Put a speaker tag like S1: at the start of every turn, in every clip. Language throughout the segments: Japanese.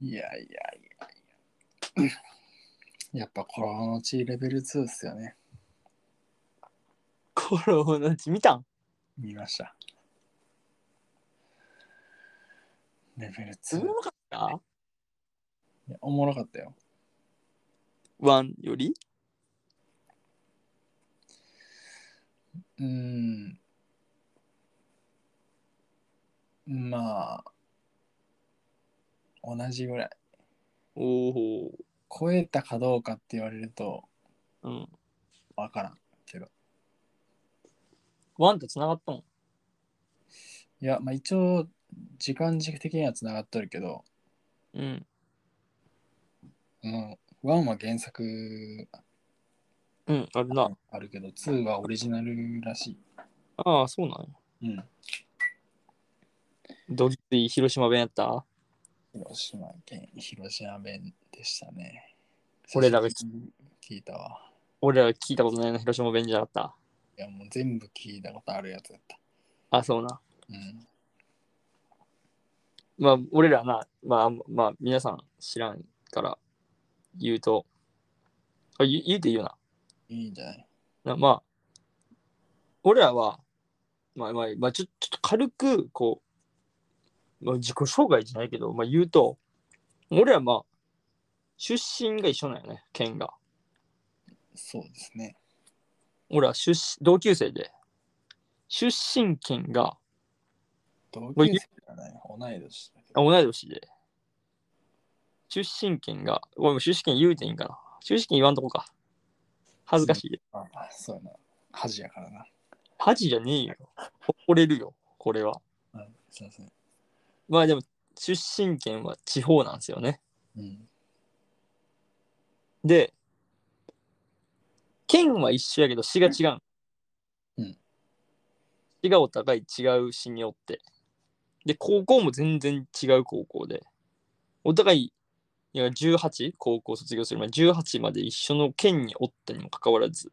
S1: いやいやいやいや。やっぱこのうちレベル2っすよね。
S2: コロのうち見たん
S1: 見ました。レベル
S2: お
S1: 2
S2: も。ろかった
S1: いやおもろかったよ。
S2: ワンより
S1: うーん。まあ、同じぐらい。
S2: おお。
S1: 超えたかどうかって言われると
S2: うん。
S1: わからんけど。
S2: ワンと繋がったん
S1: いや、まあ一応、時間軸的にはつながっとるけど、
S2: うん。
S1: うん、1は原作
S2: うん、あれな。
S1: あるけど、2はオリジナルらし
S2: ああ、そうなん
S1: い。
S2: や。
S1: うん。
S2: どっち広島弁やった
S1: 広島県広島弁でしたね。
S2: 俺らが
S1: 久しぶりに聞いたわ。
S2: 俺らが聞いたことないの広島弁じゃなかっ
S1: いや、もう全部聞いたことあるやつだった。
S2: た。あそうな。
S1: うん。
S2: まあ、俺らな、まあ、まあ、皆さん知らんから言うと、あ言う言うて言うな。
S1: いいんじゃない
S2: なまあ、俺らは、まあまあ、まあ、ちょちょっと軽く、こう、まあ、自己紹介じゃないけど、まあ言うと、俺らまあ、出身が一緒なんよね、県が。
S1: そうですね。
S2: 俺ら出身、同級生で、出身県が
S1: 同級生じゃない。同い年だけ
S2: あ
S1: ど。
S2: 同い年で、出身県が、俺も出身県言うていいんかな。出身県言わんとこか。恥ずかしい。
S1: ああ、そうやな。恥やからな。
S2: 恥じゃねえよ。誇れるよ、これは。
S1: うん、すいません。
S2: まあでも、出身県は地方なんですよね。
S1: うん。
S2: で、県は一緒やけど、市が違う。
S1: うん。
S2: 市がお互い違う市によって。で、高校も全然違う高校で。お互い、いや 18? 高校卒業する前、18まで一緒の県におったにもかかわらず、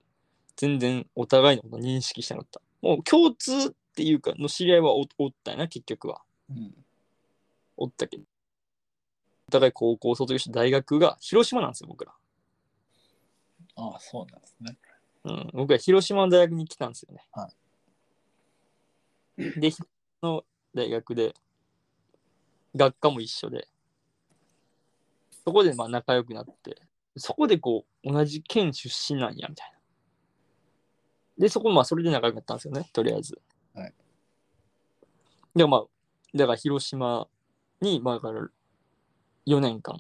S2: 全然お互いのことを認識してなかった。もう共通っていうか、の知り合いはおおったよな、結局は。
S1: うん。
S2: おったけど、お互い高校卒業して大学が広島なんですよ、僕ら。
S1: ああ、そうなんですね。
S2: うん、僕ら広島の大学に来たんですよね。
S1: は
S2: で、広島の大学で、学科も一緒で、そこでまあ仲良くなって、そこでこう、同じ県出身なんや、みたいな。で、そこまあそれで仲良くなったんですよね、とりあえず。
S1: はい。
S2: で、まあ、だから広島に、まあ、だから4年間、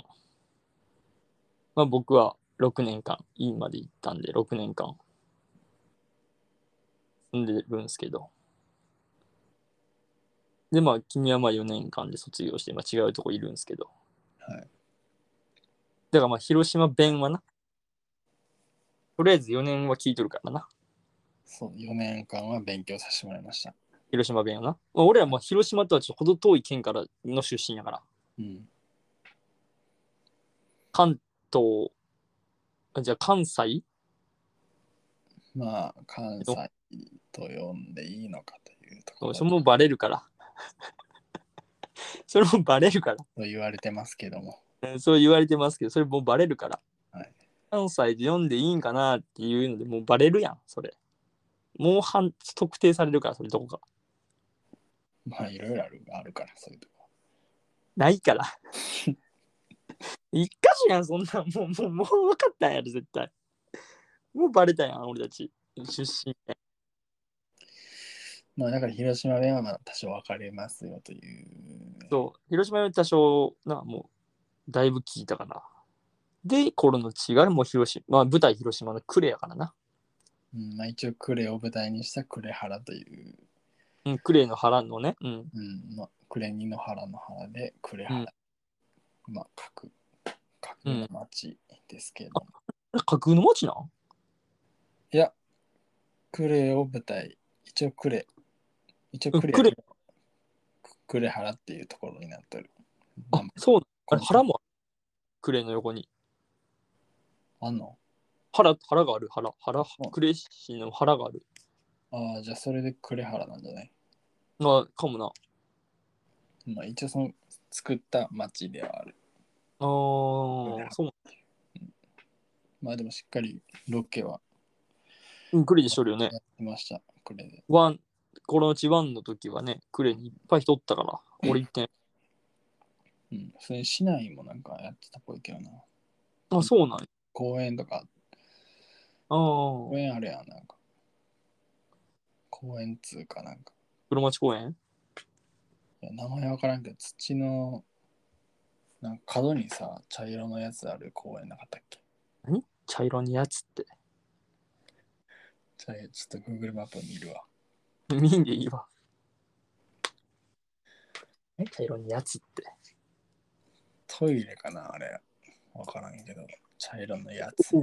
S2: まあ僕は6年間、院まで行ったんで、6年間、住んでるんですけど。で、まあ、君はまあ4年間で卒業して、まあ違うとこいるんですけど。
S1: はい。
S2: だからまあ、広島弁はな。とりあえず4年は聞いとるからな。
S1: そう、4年間は勉強させてもらいました。
S2: 広島弁はな。まあ、俺らも広島とはちょっと程遠い県からの出身やから。
S1: うん。
S2: 関東、あじゃあ関西
S1: まあ、関西と呼んでいいのかというところ
S2: それもバレるから。 それもバレるから。
S1: と言われてますけども。
S2: うんそう言われてますけど、それもうバレるから。
S1: はい
S2: 関西で読んでいいんかなっていうので、もうバレるやん、それ。もう半特定されるから、それどこか。
S1: まあ、いろいろあるあるから、そういうとこ。
S2: ないから。一箇所やん、そんなん。もう、もう、もう分かったんやろ、絶対。もうバレたやん、俺たち。出身。
S1: まあ、だから広島弁はまあ多少分かれますよという。
S2: そう。広島より多少、な、もう、だいぶ聞いたかな。で、コロの違いもう広島、まあ、舞台広島の呉やからな。
S1: うんまあ、一応、クレを舞台にしたクレハラという、
S2: うん、呉の原のね。うん。
S1: うんまあ、クレニの原の原でクレハラ。まあ、各、各の町ですけど、
S2: 架空の町なん
S1: いや、クレを舞台、一応クレ、一応クレ、
S2: うん呉
S1: クレハラっていうところになってる。
S2: あ
S1: ま、
S2: そう
S1: こ
S2: な
S1: の
S2: の。腹もある。クレの横に。
S1: あんの
S2: 腹、腹がある。腹、腹
S1: うん、
S2: クレ市の腹がある。
S1: ああ、じゃあそれでクレハラなんじゃない
S2: まあ、かもな。
S1: まあ一応その作った町ではある。
S2: ああ、そう。
S1: まあでもしっかりロケは
S2: うん、クレにしとるよね
S1: や。ってました、これで。
S2: ワン、このうちワンの時はね、クレにいっぱい人おったから、俺行ってん。
S1: うん。それ市内もなんかやってたっぽいけどな。
S2: あ、そうなんや。
S1: 公園とか、
S2: あ
S1: 公
S2: あ、
S1: 園あれやん、なんか。公園っつうかなんか。
S2: 黒町公園
S1: いや名前わからんけど、土の、なんか角にさ、茶色のやつある公園なかったっけ
S2: 茶色にやつって。
S1: 茶色ちょっと Google マップ見るわ。
S2: 見んでいいわ。え茶色にやつって。
S1: トイレかな、あれ。わからんけど、茶色のやつ。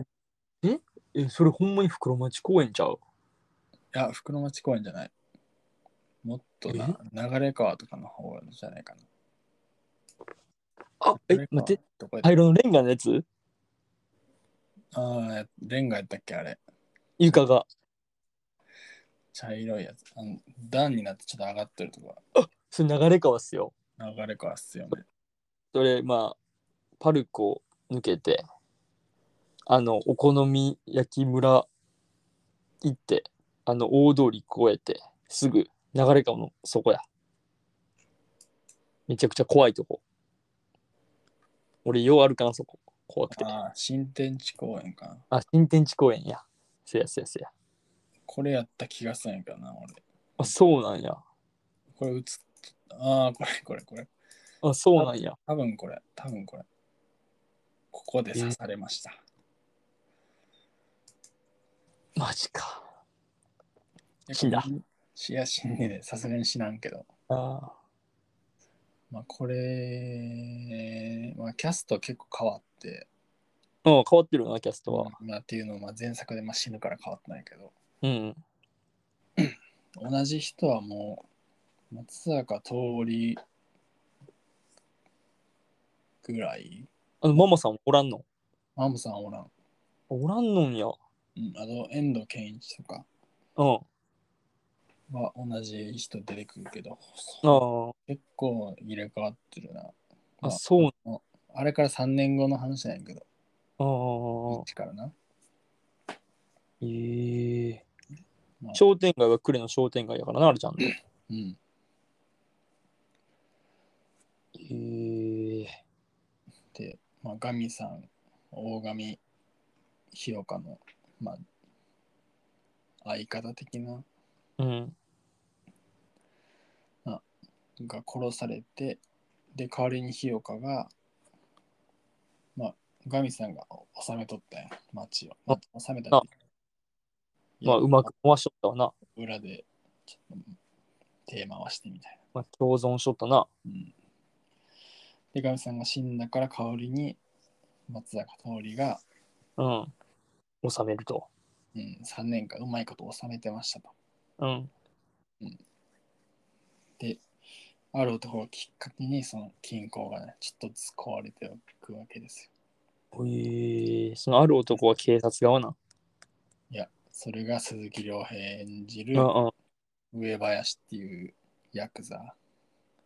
S1: い
S2: え、それほんまに袋町公園ちゃう
S1: や、袋町公園じゃない。もっとな、流れ川とかの方じゃないかな。
S2: あ、
S1: え
S2: え、待って、
S1: どこやっ
S2: 茶色のレンガのやつ
S1: ああ、レンガやったっけあれ。
S2: 床が。
S1: 茶色いやつ。あの段になってちょっと上がってるとこ
S2: それ流れ川っすよ。
S1: 流れ川っすよね。
S2: それ、まあ、パルコ抜けて、あの、お好み焼き村行って、あの、大通り越えて、すぐ流れ川のそこや。めちゃくちゃ怖いとこ。俺、よう歩かん、そこ。怖くて。
S1: ああ、新天地公園かな。
S2: あ、新天地公園や。せやせやせや。
S1: これやった気がするんやけどな、俺。
S2: あ、そうなんや。
S1: これ映っああ、これこれこれ。
S2: あ、そうなんや。
S1: 多分これ、多分これ。ここで刺されました。
S2: マジか。死んだ。
S1: しや死んでね、さすがに死なんけど。
S2: ああ。
S1: まあこれ、まあキャスト結構変わって、
S2: うん、変わってるな、キャストは。
S1: まあっていうのも前作でまあ死ぬから変わってないけど。
S2: うん。
S1: 同じ人はもう松坂桃李ぐらい
S2: あの、ママさんおらんの
S1: マムさんおらん、
S2: おらんのんや。
S1: うん、あと遠藤健一とか
S2: うん。
S1: は同じ人出てくるけど
S2: あ
S1: 結構入れ替わってるな
S2: あ、あ、そう。
S1: あれから3年後の話なんやけど
S2: ああ
S1: こっ。ちからな
S2: ええ
S1: まあ
S2: 商店街は呉の商店街やからな、あれちゃんの。え
S1: うん
S2: え
S1: で、まあ、ガミさん大神ひろかのまあ相方的な
S2: うん。
S1: が殺されてで代わりにひよかがまあガミさんが治めとったんや町を、まあ、治めたっていう
S2: まあ、うま
S1: い
S2: く回しとったわな。
S1: や裏でちょっと手回してみたい
S2: まあ、共存しとったな。
S1: な、うん、でガミさんが死んだから代わりに松坂桃李が、
S2: うん。収めると。
S1: うん、3年間うまいこと治めてましたと
S2: うん。
S1: ある男をきっかけにその均衡がねちょっとずつ壊れていくわけですよ
S2: ええそのある男は警察側な。
S1: いやそれが鈴木亮平演じ
S2: う
S1: る、
S2: んうん。あ
S1: 上林っていうヤクザ。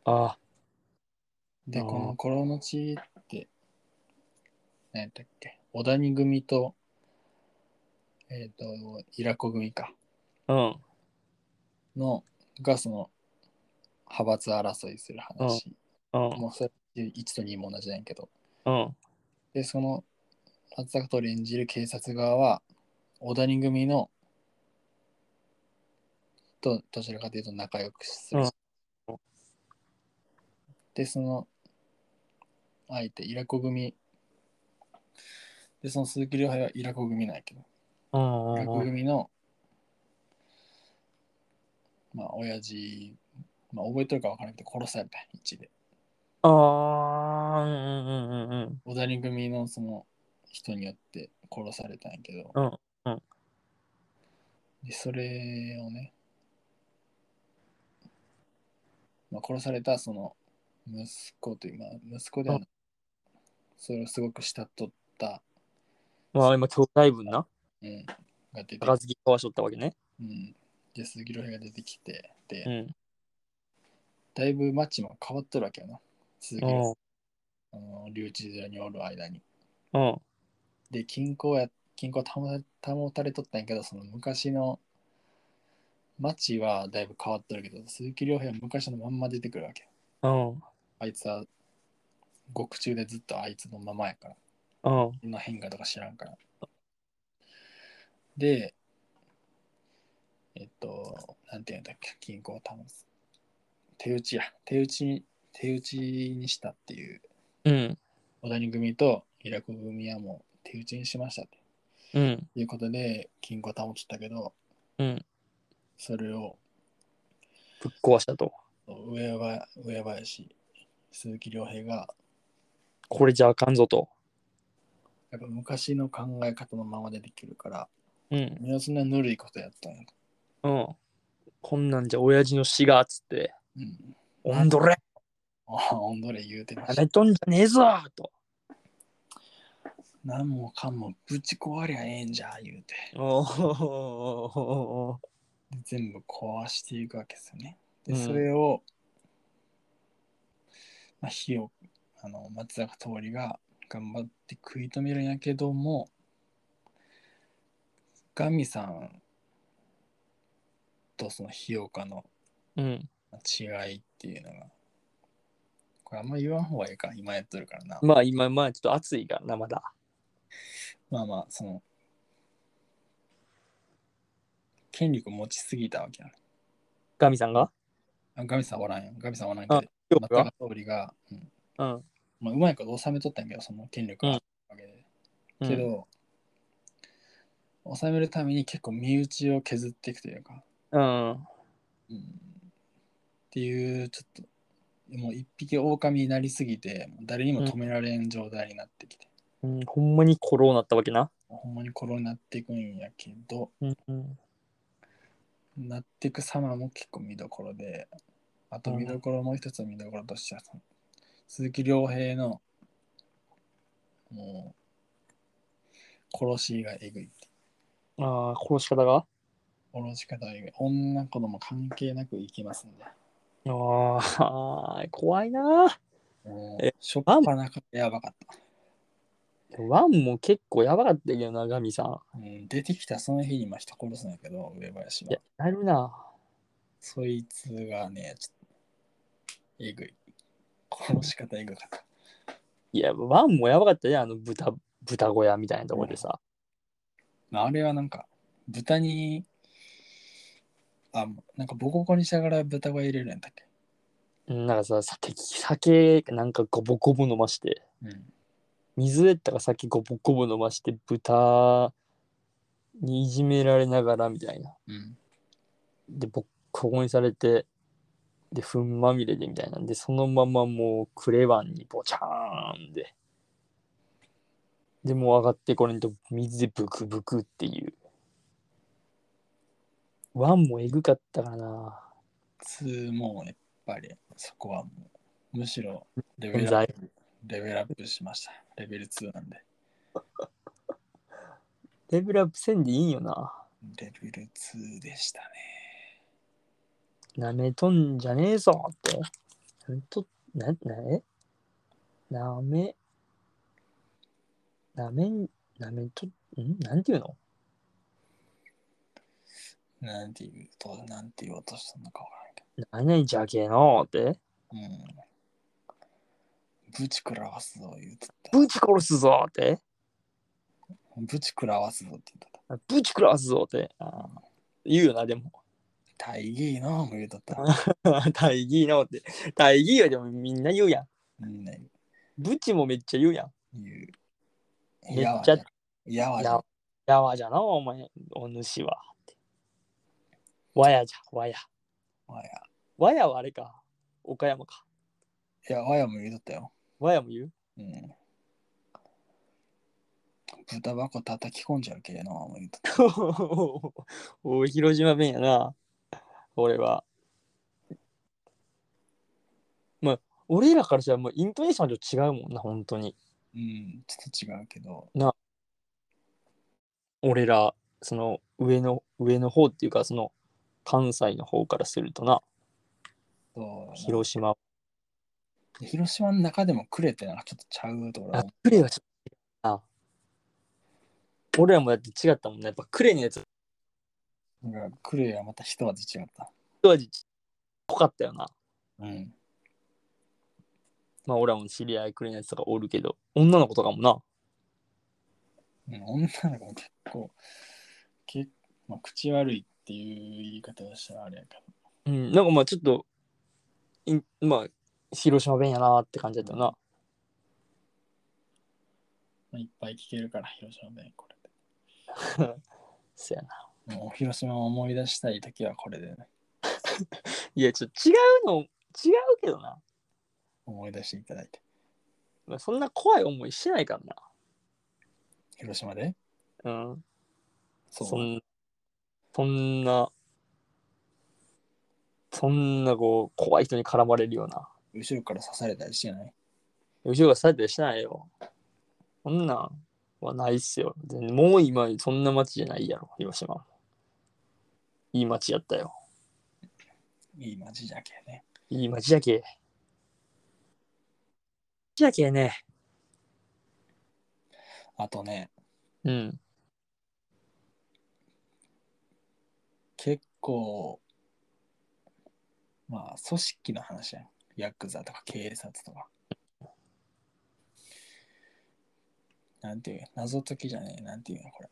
S2: あ。
S1: で、
S2: あー
S1: このコロのちって、何やったっけ小谷組と、えっ、と、イラコ組か。
S2: うん。
S1: の、がその、派閥争いする話。
S2: うん。
S1: もうそれ、1と2も同じなんやけど。
S2: うん。
S1: で、その、松坂桃李演じる警察側は、小谷組の、と、どちらかというと仲良くする。
S2: うん
S1: で、その、相手、イラコ組。で、その鈴木亮平はイラコ組なんやけど、
S2: うん。
S1: イラコ
S2: うん。
S1: 組の、まあ、親父、まあ、覚えてるか分からなくて殺された、一で。
S2: ああ。うんうんうんうん。
S1: 小谷組のその人によって殺されたんやけど、
S2: うんうん
S1: でそれをね、まあ、殺されたその息子という、まあ、息子ではないそれをすごく慕っとった、
S2: まあ今、兄弟分な。
S1: うん、が出て、
S2: 高月交わしとったわけね。
S1: うん、で鈴木亮平が出てきてで、
S2: うん。
S1: だいぶマッチも変わっとるわけよな鈴木亮
S2: う
S1: 平
S2: ん。
S1: あの留置所におる間に。
S2: うん。
S1: で、均衡や、均衡保た保たれとったんやけど、その昔の町はだいぶ変わっとるけど、鈴木亮平は昔のまんま出てくるわけ。
S2: うん。
S1: あいつは獄中でずっとあいつのままやから。
S2: うん。
S1: そんな変化とか知らんから。で、えっと、なんていうんだっけ、銀行を保つ。手打ちや、手打ちに、手打ちにしたっていう、
S2: うん。
S1: 小谷組と平子組はもう手打ちにしましたって
S2: うん。
S1: いうことで、金庫保つったけど、
S2: うん。
S1: それを
S2: ぶっ壊したと。
S1: 上は上林、鈴木亮平が、
S2: これじゃあかんぞと。
S1: やっぱ昔の考え方のままでできるから、
S2: うん。
S1: みんなそんなぬるいことやったんや。
S2: うん。こんなんじゃ親父の死がっつって、
S1: うん。
S2: おんどれ
S1: あ、おんどれ言うてま
S2: や
S1: した
S2: め。とんじゃねえぞと。
S1: 何もかんもぶち壊りゃええんじゃ言うて
S2: おー
S1: で全部壊していくわけですよね
S2: う
S1: で
S2: ん
S1: それを、まあ、火をあの松坂桃李が頑張って食い止めるんやけどもガミさんとその日岡の
S2: うん。
S1: 違いっていうのがこれあんま言わん方がいいか今やっとるからな、
S2: まあ今、まあちょっと暑いからな、まだ。
S1: まあまあその権力持ちすぎたわけやね
S2: ガミさんが
S1: あガミさんおらんよ。ガミさんおらんけど、
S2: 今
S1: 松
S2: 日が
S1: 坂桃李が、うん
S2: うん。
S1: まあ、うまいこと収めとったんやけど、その権力があったわけで。
S2: うん
S1: けど、収めるために結構身内を削っていくというか、
S2: うん。
S1: うん、っていう、ちょっと、もう一匹狼になりすぎて、誰にも止められん状態になってきて、
S2: うん、ほんまにコロナったわけな。
S1: ほんまにコロになっていくんやけど、
S2: うん。うん。
S1: なっていく様も結構見どころで、あと見どころもう一つの見どころとしては、その鈴木亮平の、もう、殺しがえぐいって。
S2: ああ、殺し方が
S1: 殺し方がえぐい。女子供関係なくいきますんで。
S2: ああ、怖いな。
S1: も
S2: え
S1: う、しょっぱなからやばかった。
S2: ワンも結構やばかったけどな、ガミさん。
S1: うん、出てきたその日にまあ人殺すんやけど、上林
S2: いや
S1: は。、
S2: やるな。
S1: そいつがね、ちょっと、えぐい。殺し方えぐかった。
S2: いや、ワンもやばかったね、あの豚、豚小屋みたいなところでさ。
S1: まあ、あれはなんか豚にあなんかボコボコにしながら豚が入れるんだっけ、
S2: うんなんかさ、酒、酒なんかゴボゴボ飲まして、
S1: うん、
S2: 水やったか酒ゴボゴボ飲まして、豚にいじめられながらみたいな。
S1: うん
S2: で、ボッコボコにされて、で、糞まみれでみたいなんで、そのままもうクレバンにボチャーンで。で、もう上がってこれんと水でブクブクっていう。ワンもエグかったからな。
S1: つーもうやっぱりそこはもうむしろレベ
S2: 存
S1: ルアッ
S2: 在
S1: プレベルアップしましたレベル2なんで
S2: レベルアップせんでいいんよな。
S1: レベル2でしたね
S2: なめとんじゃねえぞって。なめと、な、な、えなめ、なめん、なめと、んなんていうの
S1: なんて言うとなんて言おうとしたのかわからんけ
S2: な々じゃけえのって。
S1: どうんぶち食らわすぞ言うとった
S2: ぶち殺すぞって。
S1: ぶち食らわすぞって言うとっ
S2: ぶち食らわすぞって。あー言うよな、でも。
S1: た大義の言うとった
S2: 大義のって。大義よ、でもみんな言うやん。
S1: みんな言う
S2: ぶちもめっちゃ言うやん。
S1: 言う。
S2: めっちゃ
S1: やわじゃ。やわじゃ
S2: や。やわじゃな、お前、お主は。ってわやじゃ、わや。
S1: わや。
S2: わやはあれか。岡山か。
S1: いや、わやも言うとったよ。
S2: わやも言う
S1: うん。豚箱叩き込んじゃうけれな、もう言うとった。
S2: おお広島弁やな俺はまあ俺らからしたらもうイントネーションと違うもんな本当に
S1: うん、ちょっと違うけど。
S2: 俺らその上の上の方っていうかその関西の方からするとな
S1: そうやな
S2: 広島
S1: で広島の中でも呉ってなんかちょっとちゃうと俺は
S2: あ
S1: 思う、
S2: クレはちょっと違うな。俺らもだって違ったもんね。やっぱクレのやつ、
S1: なんか呉はまた一味違った。
S2: 一味っぽかったよな。
S1: うん。
S2: まあ、俺らも知り合いクレのやつとかおるけど、女の子とかもな。
S1: うん女の子も結構、けまあ、口悪いっていう言い方をしたらあれやけど。
S2: うん、なんかまあちょっと、いまあ、広島弁やなって感じだったな。
S1: まあ、いっぱい聞けるから、広島弁これ
S2: そやな。
S1: で。もう広島を思い出したいときはこれでね、
S2: いや、ちょっと違うの、違うけどな。
S1: 思い出していただいて。
S2: まあ、そんな怖い思いしてないから
S1: 広島で
S2: な。うん。
S1: そ。
S2: そうんそんな、そんなこう、怖い人に絡まれるような。
S1: 後ろから刺されたりしてない。
S2: 後ろがされたりしてないよ。そんなんはないっすよ。全然もう今、そんな街じゃないやろ、広島も。いい街やったよ。
S1: いい街じゃけね。
S2: いい街やけ。街やけね。
S1: あとね、
S2: うん。
S1: 結構、まあ、組織の話やん。ヤクザとか警察とか。なんていう、謎解きじゃねえ、なんていうのこれ。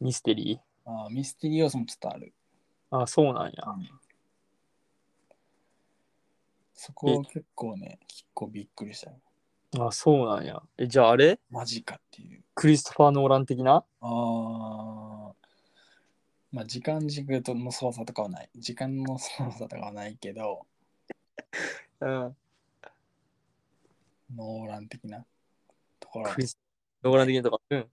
S2: ミステリー。
S1: ああミステリー要素もちょっとある。
S2: あ、そうなんや。
S1: そこを結構ね、結構びっくりしたよ。
S2: あ、そうなんや。え、じゃああれ
S1: マジかっていう。
S2: クリストファー・ノーラン的な
S1: ああ。まあ、時間軸との操作とかはない。時間の操作とかはないけど、
S2: うん。
S1: ノーラン的なところ
S2: ク。リスノーラン的なとか。うん。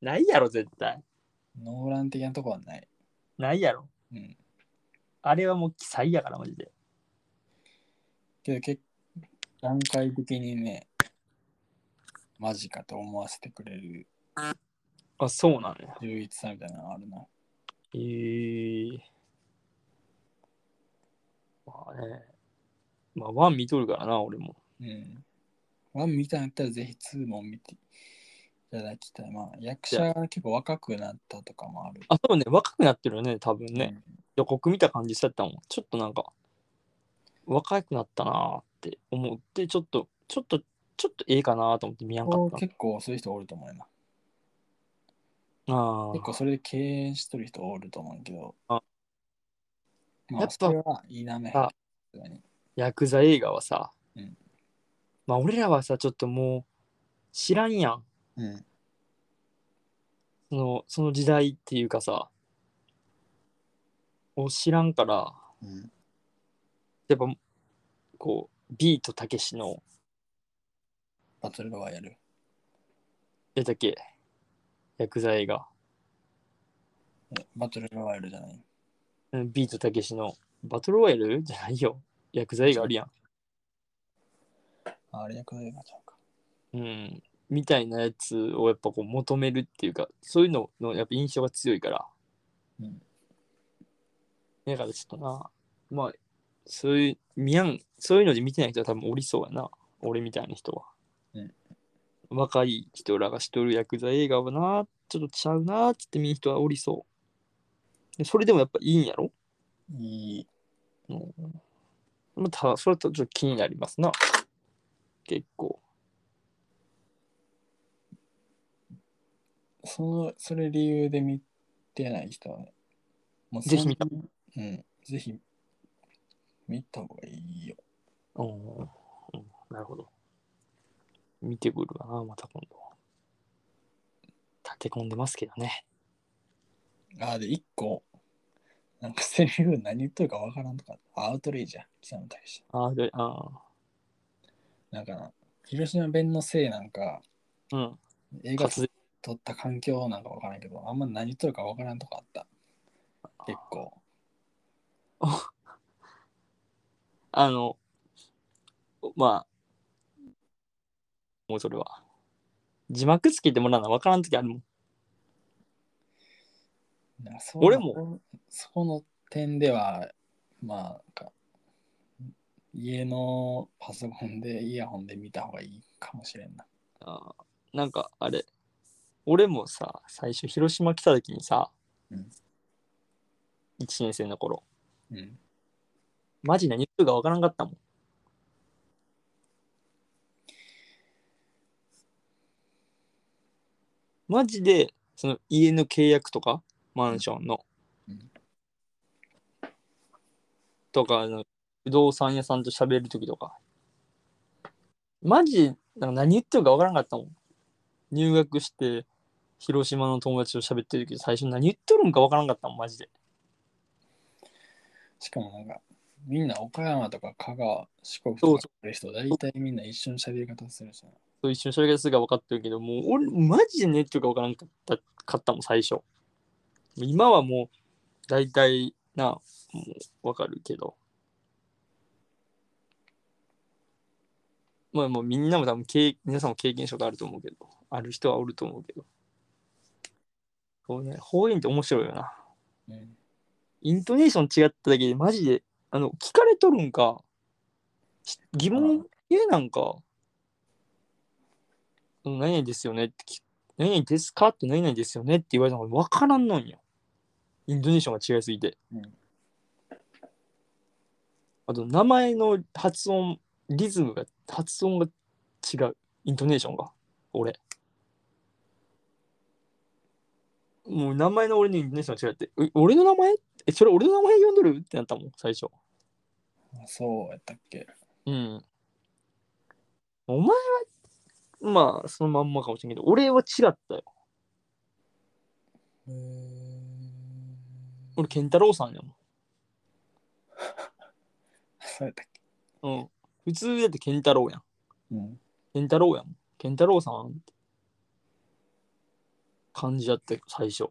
S2: ないやろ、絶対。
S1: ノーラン的なところはない。
S2: ないやろ。
S1: うん。
S2: あれはもう奇才やから、マジで。
S1: けど、結段階的にね、マジかと思わせてくれる
S2: あ、そうなんや。
S1: 充実さみたいなのがあるな。
S2: えー。まあね。まあ、ワン見とるからな、俺も。
S1: うん。ワン見たんやったらぜひツーも見ていただきたい。まあ、役者が結構若くなったとかもある。
S2: あ、そうね。若くなってるよね、多分ね。
S1: うん
S2: 予告見た感じしちゃったもん。ちょっとなんか、若くなったなーって思って、ちょっと、ちょっと、ちょっとええかなーと思って見やんか
S1: こ
S2: っ
S1: う
S2: た。
S1: 結構そういう人おると思うな。
S2: あ
S1: 結構
S2: ー
S1: それで敬遠してる人おると思うけど。
S2: あ
S1: ま
S2: やっ
S1: あ、
S2: ぱ
S1: それは否めへん。
S2: あ
S1: さすがに
S2: ヤクザ映画はさ、
S1: うん
S2: まあ俺らはさ、ちょっともう知らんやん。
S1: うん。
S2: そのその時代っていうかさ、を知らんから、
S1: うん。
S2: やっぱこう、ビートたけしの、
S1: バトルロワイヤル。
S2: やったっけ、ヤクザ映画、
S1: えバトルロワイヤルじゃない。
S2: うんビートたけしの、バトルロイヤル じゃないよ。ヤクザ映画あるやん。
S1: ああれ役の映画ちゃうか。
S2: うん、みたいなやつをやっぱこう求めるっていうかそういうののやっぱ印象が強いから、
S1: うん
S2: だからちょっとなまあそういう見やんそういうので見てない人は多分おりそうやな俺みたいな人は、
S1: うん
S2: 若い人らがしとるヤクザ映画はなちょっとちゃうなっつって見る人はおりそうでそれでもやっぱいいんやろ、
S1: いい。
S2: うんまあ、ただそれとちょっと気になりますな結構
S1: その、それ理由で見てない人はね。もう
S2: ぜひ見た
S1: そんうん。ぜひ見た方がいいよ。
S2: うん、うんなるほど。見てくるかな、また今度。立て込んでますけどね。
S1: ああ、で、一個、なんかセリフ何言っとるかわからんとか、アウトレイジャー、北野武
S2: あーで、あ
S1: なんかな、広島弁のせいなんか、
S2: ーうん。
S1: 映画
S2: 滑舌
S1: 撮った環境なんかわからんけど、あんま何言っとるかわからんとかあった。結構。
S2: あの、まあ、もうそれは。字幕つけてもらうの分からんときあるもん。
S1: なんかそう
S2: 俺も
S1: そこの点では、まあ、なんか家のパソコンでイヤホンで見た方がいいかもしれんな。
S2: あーなんかあれ俺もさ最初広島来た時にさ、
S1: うん
S2: 1年生の頃
S1: うん。
S2: マジ何言ってるか分からんかったもんマジでその家の契約とかマンションの、
S1: うん
S2: とかあの不動産屋さんと喋る時とかマジなんか何言ってるか分からんかったもん入学して広島の友達と喋ってる時最初何言っとるんか分からんかったもんマジで
S1: しかもなんか、みんな岡山とか香川、四国
S2: そ
S1: と
S2: う
S1: かいる人、大体みんな一緒に喋り方するじゃん。
S2: そう一緒に喋り方するか分かってるけど、もう俺、マジでねっていうか分からんかったかったもん、最初。今はもう、大体な、もう分かるけど。まあもうみんなも多分経、皆さんも経験したことあると思うけど、ある人はおると思うけど。そうね、方言って面白いよな。
S1: うん。
S2: イントネーション違っただけで、マジで、あの、聞かれとるんか、し疑問えなんか、うん何々ですよねって聞、何々ですかって何々ですよねって言われたのが分からんのんよ。イントネーションが違いすぎて。
S1: うん
S2: あと、名前の発音、リズムが、発音が違う。イントネーションが。俺。もう名前の俺のイントネーションが違って、え俺の名前え、それ俺の名前呼んどるってなったもん、最初。
S1: あそうやったっけ
S2: うん。お前は、まあ、そのまんまかもしれんけど、俺は違ったよ。
S1: うーん。
S2: 俺、健太郎さん や
S1: そうやったっけ
S2: もん。うん。普通だって健太郎やん。
S1: うん。
S2: 健太郎やもん。健太郎さんって感じやって、最初。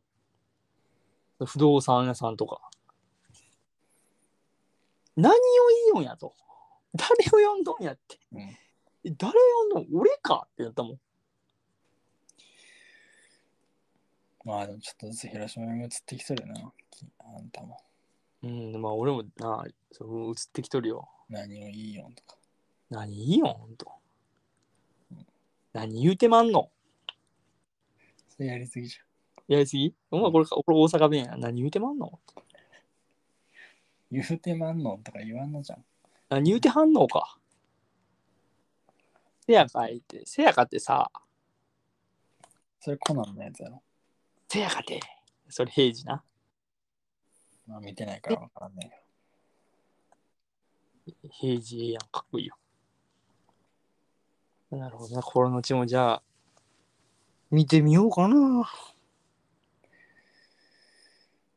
S2: 不動産屋さんとか。何を言いよんやと。誰を呼んどんやって。
S1: うん
S2: え誰呼んどん俺かってなったもん。
S1: まあでもちょっとずつ広島に移ってきてるな。きあんたも。
S2: うん、まあ俺もな、そう映ってきとるよ。
S1: 何をいいよんとか。
S2: 何いいよ、ほんと。何言うてまんの
S1: それやりすぎじゃん。
S2: やりすぎお前これか、俺大阪弁や。何言うてまんの
S1: 言うてまんのとか言わんのじゃん。
S2: 何言うてはんのか。せやかいって、せやかってさ、
S1: それコナンのやつやろ。
S2: せやかて。それ平時な。
S1: まあ見てないからわからんねえけど。
S2: 平時ええやん、かっこいいよ。なるほどな、心のちもじゃあ、見てみようかな。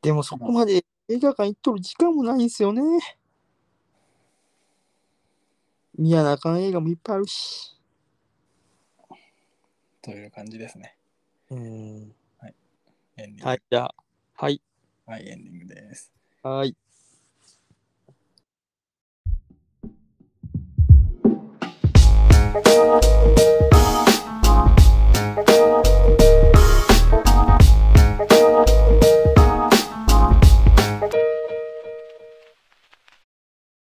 S2: でもそこまで映画館行っとる時間もないんすよね。見やなあかん映画もいっぱいあるし。
S1: という感じですね。
S2: うん。
S1: エンディング。
S2: はい、じゃあ、はい、
S1: はい、エンディングです。
S2: はい。